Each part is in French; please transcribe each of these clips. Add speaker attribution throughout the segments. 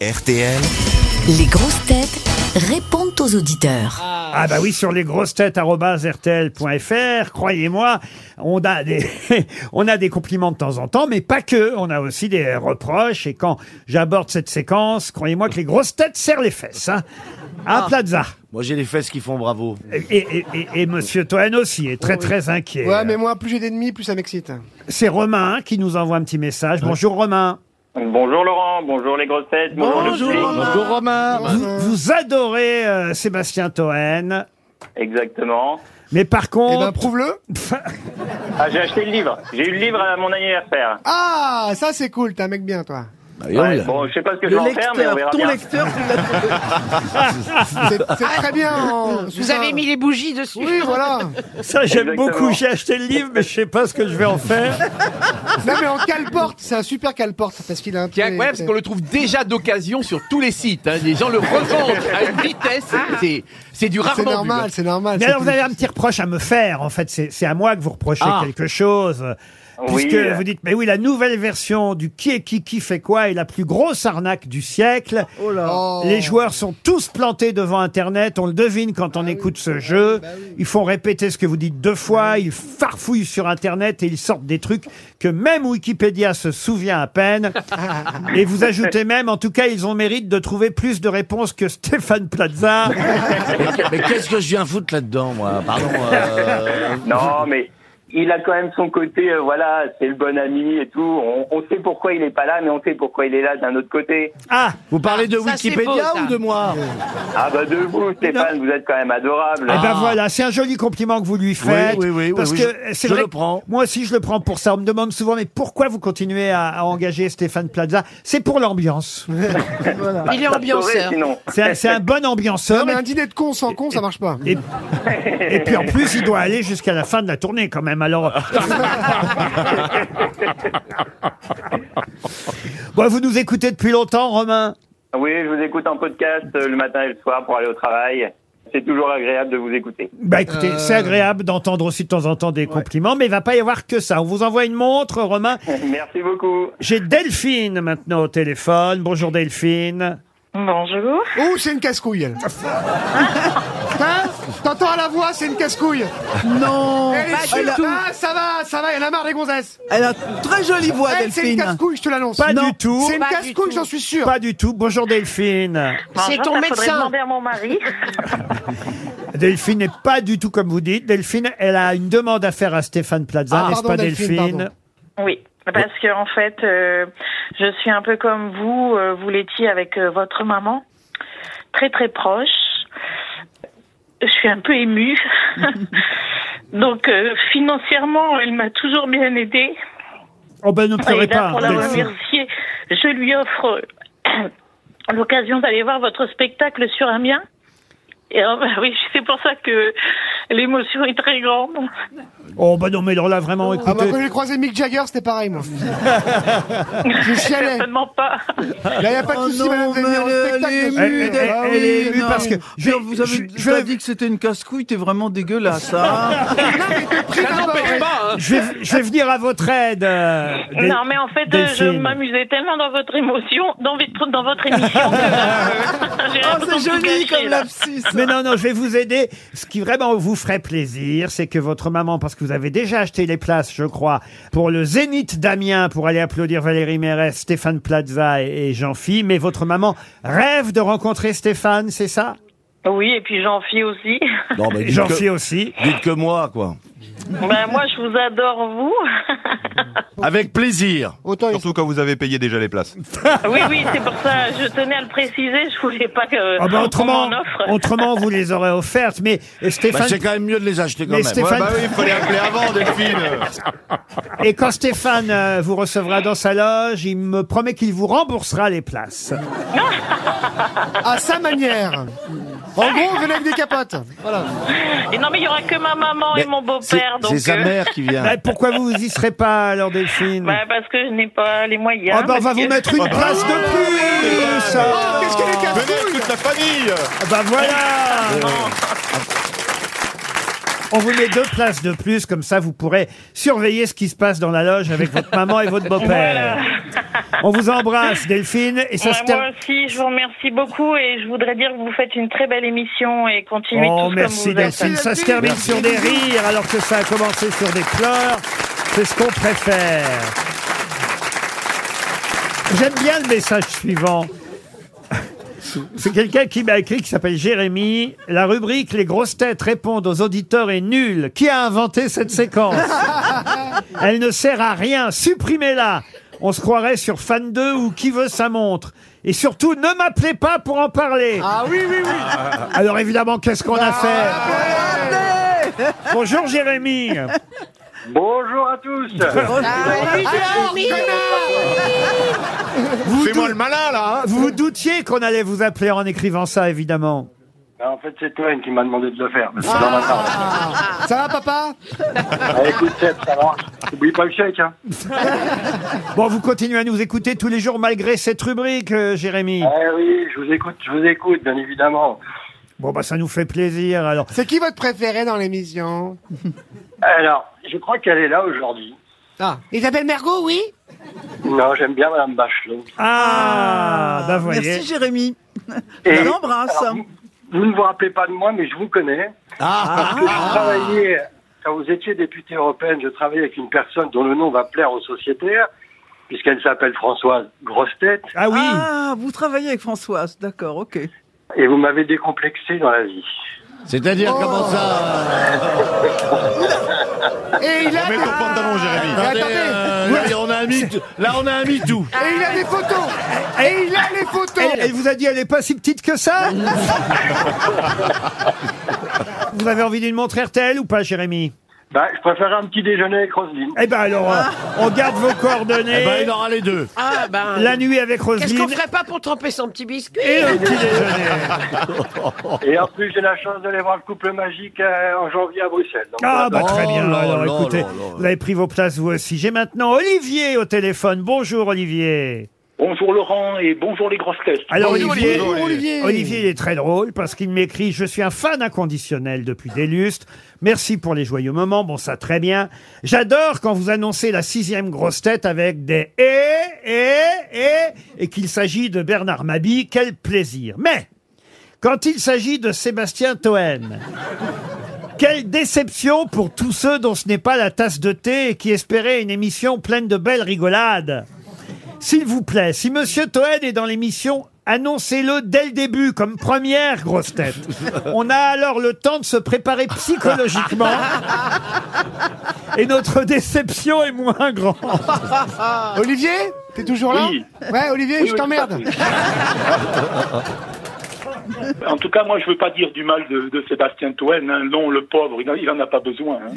Speaker 1: RTL.
Speaker 2: Les grosses têtes répondent aux auditeurs.
Speaker 3: Ah bah oui, sur les grosses croyez-moi, on a des on a des compliments de temps en temps, mais pas que, on a aussi des reproches et quand j'aborde cette séquence, croyez-moi que les grosses têtes serrent les fesses hein.
Speaker 4: Ah.
Speaker 3: À Plaza.
Speaker 5: Moi, j'ai les fesses qui font bravo.
Speaker 3: Et, et, et- et monsieur Toen aussi est très très inquiet.
Speaker 4: Ouais, mais moi, plus j'ai d'ennemis, plus ça m'excite.
Speaker 3: C'est Romain qui nous envoie un petit message. Bonjour Romain.
Speaker 6: Bonjour Laurent, bonjour les grosses têtes, bonjour, le public.
Speaker 5: Bonjour Romain.
Speaker 3: Vous, vous adorez euh, Sébastien Toen,
Speaker 6: Exactement.
Speaker 3: mais par
Speaker 4: Eh ben,
Speaker 3: contre,
Speaker 4: prouve-le.
Speaker 6: Ah, j'ai acheté le livre. J'ai eu le livre à mon anniversaire.
Speaker 4: Ah, ça, c'est cool, t'es un mec bien, toi.
Speaker 5: Ah,
Speaker 7: Ah,
Speaker 6: Ouais, bon, je sais pas ce que je vais en faire, mais on verra bien.
Speaker 4: C'est c'est très bien. en-
Speaker 8: Vous
Speaker 4: Suzanne.
Speaker 8: avez mis les bougies dessus.
Speaker 4: Oui, voilà.
Speaker 3: ça j'aime
Speaker 6: Exactement.
Speaker 3: beaucoup, j'ai acheté le livre mais je sais pas ce que je vais en faire.
Speaker 4: Non, mais en cale-porte, c'est un super cale-porte, parce qu'il a un
Speaker 9: Ce qui est
Speaker 4: trait-
Speaker 9: incroyable, c'est qu'on le trouve déjà d'occasion sur tous les sites. hein. Les gens le revendent à une vitesse. C'est, c'est du
Speaker 4: Ah.
Speaker 9: rarement
Speaker 4: C'est
Speaker 9: vu, hein.
Speaker 4: normal, c'est normal.
Speaker 3: Mais
Speaker 4: c'est
Speaker 3: alors, vous
Speaker 4: plus-
Speaker 3: avez un petit reproche à me faire, en fait. C'est c'est à moi que vous reprochez
Speaker 9: Ah.
Speaker 3: quelque chose. euh,
Speaker 6: Oui.
Speaker 3: Puisque vous dites, mais oui, la nouvelle version du qui est qui, qui fait quoi est la plus grosse arnaque du siècle.
Speaker 4: Oh.
Speaker 3: Les joueurs sont tous plantés devant Internet. On le devine quand on écoute ce jeu. Ils font répéter ce que vous dites deux fois. Ils farfouillent sur Internet et ils sortent des trucs que même Wikipédia se souvient à peine. et vous ajoutez même, en tout cas, ils ont mérite de trouver plus de réponses que Stéphane Plaza.
Speaker 5: Mais qu'est-ce que je viens foutre là-dedans, moi Pardon. euh,
Speaker 6: Non, mais il a quand même son côté, euh, voilà, c'est le bon ami et tout. On, on sait pourquoi il est pas là, mais on sait pourquoi il est là d'un autre côté.
Speaker 3: Ah!
Speaker 5: Vous parlez de
Speaker 8: Ça, c'est beau,
Speaker 5: Wikipédia
Speaker 8: ça.
Speaker 5: ou de moi
Speaker 6: Ah bah de vous, Stéphane, vous êtes quand même adorable.
Speaker 3: Eh ben voilà, c'est un joli compliment que vous lui faites.
Speaker 5: Ah. Oui, oui, oui, oui,
Speaker 3: parce
Speaker 5: oui,
Speaker 3: que
Speaker 5: je-
Speaker 3: c'est
Speaker 5: je
Speaker 3: vrai
Speaker 5: le
Speaker 3: que
Speaker 5: prends.
Speaker 3: Moi aussi, je le prends pour ça. On me demande souvent, mais pourquoi vous continuez à, à engager Stéphane Plaza C'est pour l'ambiance.
Speaker 8: Il est
Speaker 6: Ça me sauverait,
Speaker 8: ambianceur.
Speaker 6: sinon.
Speaker 3: C'est un, c'est un bon ambianceur.
Speaker 4: Non, mais un dîner de con sans con, ça marche pas.
Speaker 3: Et, et puis en plus, il doit aller jusqu'à la fin de la tournée quand même. Alors. bon, vous nous écoutez depuis longtemps, Romain.
Speaker 6: Oui, je vous écoute en podcast euh, le matin et le soir pour aller au travail. C'est toujours agréable de vous écouter.
Speaker 3: Bah écoutez, c'est agréable d'entendre aussi de temps en temps des compliments, mais il va pas y avoir que ça. On vous envoie une montre, Romain.
Speaker 6: Merci beaucoup.
Speaker 3: J'ai Delphine maintenant au téléphone. Bonjour Delphine.
Speaker 10: Bonjour.
Speaker 4: Oh, c'est une casse-couille, elle. Hein T'entends à la voix, c'est une casse-couille. Non. Elle est sûre. Ah, ça va, ça va, elle a marre des gonzesses.
Speaker 11: Elle a une très jolie voix,
Speaker 4: Elle, c'est une
Speaker 11: Delphine.
Speaker 4: casse-couille, je te l'annonce.
Speaker 3: Pas du tout.
Speaker 4: C'est une
Speaker 8: Pas du
Speaker 4: casse-couille,
Speaker 8: tout.
Speaker 4: j'en suis sûr.
Speaker 3: Pas du tout. Bonjour Delphine.
Speaker 8: C'est
Speaker 10: Bonjour,
Speaker 8: ton
Speaker 10: ça
Speaker 8: médecin.
Speaker 10: faudrait demander à mon mari.
Speaker 3: Delphine n'est pas du tout comme vous dites. Delphine, elle a une demande à faire à Stéphane Plaza,
Speaker 4: Ah,
Speaker 3: n'est-ce
Speaker 4: pardon,
Speaker 3: pas
Speaker 4: Delphine,
Speaker 3: Delphine,
Speaker 4: pardon.
Speaker 10: oui, parce que en fait, euh, je suis un peu comme vous, euh, vous l'étiez avec euh, votre maman, très très proche. Je suis un peu émue. Donc euh, financièrement, elle m'a toujours bien aidée.
Speaker 3: Oh ben ne pleurez
Speaker 10: Et là,
Speaker 3: pas,
Speaker 10: Ah, pour la
Speaker 3: Delphine.
Speaker 10: remercier, je lui offre l'occasion d'aller voir votre spectacle sur Amiens. Et oh, bah oui, c'est pour ça que l'émotion est très grande.
Speaker 3: Oh ben non, mais alors là vraiment,
Speaker 4: Ah bah
Speaker 3: écoutez.
Speaker 4: quand j'ai croisé Mick Jagger, c'était pareil moi. je chialais.
Speaker 10: Certainement pas.
Speaker 4: Là y a pas de
Speaker 11: Oh
Speaker 4: souci,
Speaker 11: non,
Speaker 4: madame, vous allez
Speaker 11: mais
Speaker 4: venir en spectacle.
Speaker 11: elle- elle est
Speaker 3: Elle-
Speaker 11: émue,
Speaker 3: elle-
Speaker 11: Delphine.
Speaker 3: elle est émue
Speaker 11: Ah Non,
Speaker 3: parce que- je-
Speaker 11: Pierre, vous avez
Speaker 3: je- je-
Speaker 11: t'as dit que c'était une casse-couille, t'es vraiment dégueulasse. hein.
Speaker 4: Pris d'abord,
Speaker 9: T'empêches
Speaker 4: elle-
Speaker 9: pas, hein.
Speaker 3: Je vais, je vais venir à votre aide. euh, Del-
Speaker 10: Non, mais en fait, euh, je
Speaker 3: Delphine.
Speaker 10: m'amusais tellement dans votre émotion, dans, votre- dans votre émission. que, euh, j'ai
Speaker 11: Oh,
Speaker 10: l'impression
Speaker 11: c'est
Speaker 10: de
Speaker 11: joli
Speaker 10: tout gâcher,
Speaker 11: comme
Speaker 10: là.
Speaker 11: lapsus.
Speaker 3: Mais non, non, je vais vous aider. Ce qui vraiment vous ferait plaisir, c'est que votre maman, parce que vous avez déjà acheté les places, je crois, pour le Zénith d'Amiens, pour aller applaudir Valérie Mérès, Stéphane Plaza et, et Jean-Phi, mais votre maman rêve de rencontrer Stéphane, c'est ça
Speaker 10: Oui, et puis jean phi aussi.
Speaker 5: Non, mais
Speaker 3: Et
Speaker 5: dites
Speaker 3: Jean-Phi
Speaker 5: que,
Speaker 3: aussi.
Speaker 5: dites que moi, quoi.
Speaker 10: ben, moi, je vous adore, vous.
Speaker 5: Avec plaisir. Bah,
Speaker 4: Autant il-
Speaker 1: Surtout quand vous avez payé déjà les places.
Speaker 10: oui, oui, c'est pour ça, je tenais à le préciser, je voulais pas que.
Speaker 3: Ah bah,
Speaker 10: qu'on
Speaker 3: autrement,
Speaker 10: m'en Euh, offre.
Speaker 3: autrement, vous les aurez offertes, mais euh,
Speaker 5: Bah,
Speaker 3: Stéphane...
Speaker 5: c'est quand même mieux de les acheter quand
Speaker 3: mais
Speaker 5: même.
Speaker 3: Stéphane-
Speaker 1: bah il fallait appeler avant, Delphine.
Speaker 3: et quand Stéphane euh, vous recevra dans sa loge, il me promet qu'il vous remboursera les places.
Speaker 4: à sa manière. En gros, venez avec des capotes. Voilà.
Speaker 10: Et non, mais il y aura que ma maman
Speaker 5: Mais
Speaker 10: et mon beau-père,
Speaker 5: c'est-
Speaker 10: donc.
Speaker 5: C'est sa
Speaker 10: euh,
Speaker 5: mère qui vient.
Speaker 3: Bah, pourquoi vous y serez pas, alors, Delphine
Speaker 10: bah, parce que je n'ai pas les moyens.
Speaker 3: Ah bah, oh, on va
Speaker 10: parce
Speaker 3: vous
Speaker 10: que-
Speaker 3: mettre une place de plus
Speaker 4: Oh, qu'est-ce qu'elle est casse
Speaker 3: Oh, bah,
Speaker 1: Venez toute la famille.
Speaker 3: Ah bah voilà On vous met deux places de plus, comme ça vous pourrez surveiller ce qui se passe dans la loge avec votre maman et votre beau-père. On vous embrasse, Delphine. Et ça
Speaker 10: Ouais,
Speaker 3: se termine.
Speaker 10: moi aussi, je vous remercie beaucoup et je voudrais dire que vous faites une très belle émission et continuez
Speaker 3: Oh,
Speaker 10: tous
Speaker 3: merci
Speaker 10: comme vous êtes.
Speaker 3: Delphine. Ça se termine sur des rires alors que ça a commencé sur des pleurs. C'est ce qu'on préfère. J'aime bien le message suivant. C'est quelqu'un qui m'a écrit qui s'appelle Jérémy. La rubrique Les grosses têtes répondent aux auditeurs est nulle. Qui a inventé cette séquence Elle ne sert à rien. Supprimez-la. On se croirait sur Fan 2 ou Qui veut sa montre. Et surtout, ne m'appelez pas pour en parler. Ah oui, oui, Ah, oui. Alors évidemment, qu'est-ce qu'on a fait Bonjour Jérémy.
Speaker 7: Bonjour à tous.
Speaker 3: Fais-moi le malin là. hein. Vous vous doutiez qu'on allait vous appeler en écrivant ça, évidemment.
Speaker 7: Bah, En fait, c'est Toen qui m'a demandé de le faire. parce que dans ma part.
Speaker 4: Ça va, papa
Speaker 7: Ah, écoute, Seb, ça marche. Oublie pas le chèque. Hein.
Speaker 3: Bon, vous continuez à nous écouter tous les jours malgré cette rubrique, euh, Jérémy.
Speaker 7: Ah oui, je vous écoute, je vous écoute, bien évidemment.
Speaker 3: Bon, bah ça nous fait plaisir. Alors,
Speaker 4: C'est qui votre préféré dans l'émission
Speaker 7: Alors, je crois qu'elle est là aujourd'hui.
Speaker 4: Ah. Isabelle Mergot, oui
Speaker 7: Non, j'aime bien Madame Bachelot.
Speaker 3: Ah, bah voyez.
Speaker 11: Merci Jérémy.
Speaker 7: Et-
Speaker 11: On l'embrasse.
Speaker 7: alors, vous, vous ne vous rappelez pas de moi, mais je vous connais. Parce que je travaillais, quand vous étiez députée européenne, je travaillais avec une personne dont le nom va plaire aux sociétaires, puisqu'elle s'appelle Françoise Grosse-Tête,
Speaker 3: Ah
Speaker 11: oui. Ah, vous travaillez avec Françoise, d'accord, ok.
Speaker 7: et vous m'avez décomplexé dans la vie.
Speaker 9: hein.
Speaker 4: Oh.
Speaker 5: C'est-à-dire comment ça
Speaker 4: Et il a...
Speaker 5: Mets ton pantalon, Jérémy.
Speaker 4: Bah, attendez.
Speaker 5: euh, on a un mis là, on a un MeToo.
Speaker 4: Et il a les photos Et il a les photos
Speaker 3: Elle, elle vous a dit elle est pas si petite que ça Vous avez envie d'une montre RTL ou pas, Jérémy
Speaker 7: Bah, je préférais un petit déjeuner avec Roselyne.
Speaker 3: Eh ben alors, euh, on garde vos coordonnées.
Speaker 5: Eh ben, il aura les deux.
Speaker 8: Ah, ben.
Speaker 3: La nuit avec
Speaker 8: Qu'est-ce qu'on
Speaker 3: Roselyne
Speaker 8: ferait pas pour tremper son petit biscuit
Speaker 3: et le petit déjeuner.
Speaker 7: Et en plus, j'ai la chance d'aller voir le couple magique euh, en janvier à Bruxelles. Donc,
Speaker 3: Ah bah
Speaker 7: voilà.
Speaker 3: très bien.
Speaker 5: Oh là
Speaker 3: alors
Speaker 5: là
Speaker 3: écoutez,
Speaker 5: là là.
Speaker 3: vous avez pris vos places vous aussi. J'ai maintenant Olivier au téléphone. Bonjour Olivier.
Speaker 12: Bonjour Laurent et bonjour les grosses têtes.
Speaker 3: Alors Olivier,
Speaker 4: Bonjour, Olivier.
Speaker 3: Olivier, il est très drôle parce qu'il m'écrit Je suis un fan inconditionnel depuis des lustres. Merci pour les joyeux moments. Bon, ça très bien. J'adore quand vous annoncez la sixième grosse tête avec des et, et, et, et qu'il s'agit de Bernard Mabi. Quel plaisir. Mais quand il s'agit de Sébastien Toen. Quelle déception pour tous ceux dont ce n'est pas la tasse de thé et qui espéraient une émission pleine de belles rigolades. S'il vous plaît, si Monsieur Toen est dans l'émission, annoncez-le dès le début comme première grosse tête. On a alors le temps de se préparer psychologiquement et notre déception est moins grande.
Speaker 8: euh
Speaker 4: Olivier T'es toujours là
Speaker 12: Oui.
Speaker 4: Ouais, Olivier,
Speaker 12: Oui,
Speaker 4: je
Speaker 12: oui,
Speaker 4: t'emmerde.
Speaker 12: En tout cas, moi, je veux pas dire du mal de, de Sébastien Toen. hein. Non, le pauvre, il en- il en a pas besoin. hein.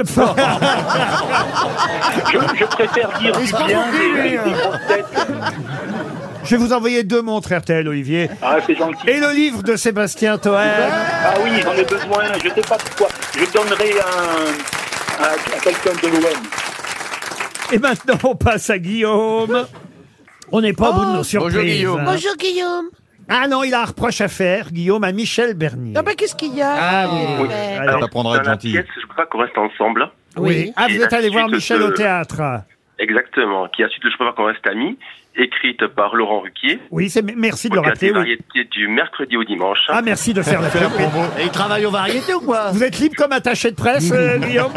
Speaker 12: je, je préfère dire
Speaker 4: Il
Speaker 12: du
Speaker 4: se prend
Speaker 12: bien
Speaker 4: pour qui,
Speaker 12: des,
Speaker 4: lui, euh.
Speaker 12: des- des grosses têtes.
Speaker 3: Je vais vous envoyer deux montres RTL, Olivier.
Speaker 12: Ah, c'est gentil.
Speaker 3: Et le livre de Sébastien Toen.
Speaker 12: Ah oui, j'en ai besoin. Je sais pas pourquoi. Je donnerai un, à, à quelqu'un de l'OM.
Speaker 3: Et maintenant, on passe à Guillaume. On n'est pas au bout de nos surprises.
Speaker 9: Guillaume.
Speaker 3: hein.
Speaker 8: Bonjour Guillaume.
Speaker 3: Ah non, il a un reproche à faire, Guillaume, à Michel Bernier.
Speaker 8: Ah, ben qu'est-ce qu'il y a
Speaker 3: Ah oui.
Speaker 8: Ouais.
Speaker 1: Alors, t'apprendras à être
Speaker 13: dans la
Speaker 1: gentil.
Speaker 13: pièce, je crois qu'on reste ensemble.
Speaker 3: Oui. Ah, vous
Speaker 13: Et
Speaker 3: êtes
Speaker 13: la
Speaker 3: allé voir
Speaker 13: suite
Speaker 3: Michel
Speaker 13: de-
Speaker 3: au théâtre.
Speaker 13: Exactement. Qui est la suite de Je préfère qu'on reste amis, écrite par Laurent Ruquier.
Speaker 3: Oui, c'est merci de le
Speaker 13: Podcast
Speaker 3: rappeler.
Speaker 13: des
Speaker 3: oui.
Speaker 13: variétés du mercredi au dimanche.
Speaker 3: Ah, merci de faire la pub.
Speaker 5: Et il travaille aux variétés ou quoi
Speaker 3: Vous êtes libre comme attaché de presse, euh, Guillaume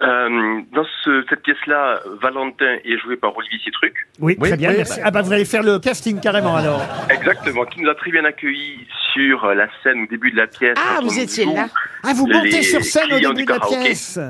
Speaker 13: Euh, dans ce- cette pièce-là, Valentin est joué par Olivier Citruc.
Speaker 3: Oui, très bien, merci. Ah bah vous allez faire le casting carrément alors.
Speaker 13: Exactement. Qui nous a très bien accueillis sur euh, la scène au début de la pièce.
Speaker 8: Ah,
Speaker 13: quand
Speaker 8: vous
Speaker 13: on
Speaker 8: étiez
Speaker 13: joue
Speaker 8: là.
Speaker 3: Ah, vous montez
Speaker 13: les
Speaker 3: sur scène au
Speaker 13: clients
Speaker 3: début
Speaker 13: du
Speaker 3: de la
Speaker 13: karaoké.
Speaker 3: pièce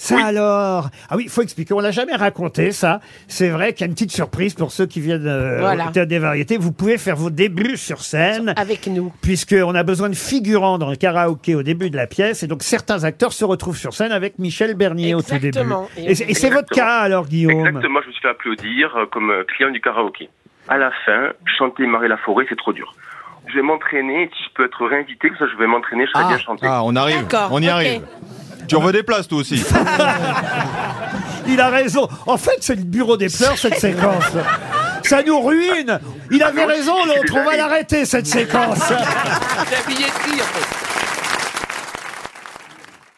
Speaker 3: ça alors Ah oui, il faut expliquer, on l'a jamais raconté ça. C'est vrai qu'il y a une petite surprise pour ceux qui viennent euh,
Speaker 8: Voilà.
Speaker 3: au Théâtre des Variétés. Vous pouvez faire vos débuts sur scène.
Speaker 8: Avec nous.
Speaker 3: puisqu'on a besoin de figurants dans le karaoké au début de la pièce, et donc certains acteurs se retrouvent sur scène avec Michel
Speaker 8: Exactement.
Speaker 3: Bernier au tout début. Et, c'est- et c'est votre
Speaker 13: Exactement.
Speaker 3: cas alors, Guillaume
Speaker 13: Exactement. Je me suis fait applaudir euh, comme euh, client du karaoké. À la fin, chanter Marie Laforêt, c'est trop dur. Je vais m'entraîner. Si je peux être réinvité, comme ça, je vais m'entraîner. Je serai bien chanté.
Speaker 1: Ah, on arrive,
Speaker 8: D'accord,
Speaker 1: on y
Speaker 8: ok.
Speaker 1: arrive. Tu en veux des places, toi aussi
Speaker 3: Il a raison. En fait, c'est le bureau des pleurs, cette séquence. Ça nous ruine. Il avait raison, l'autre. On va l'arrêter, cette séquence.
Speaker 9: C'est un billet de tir, en fait.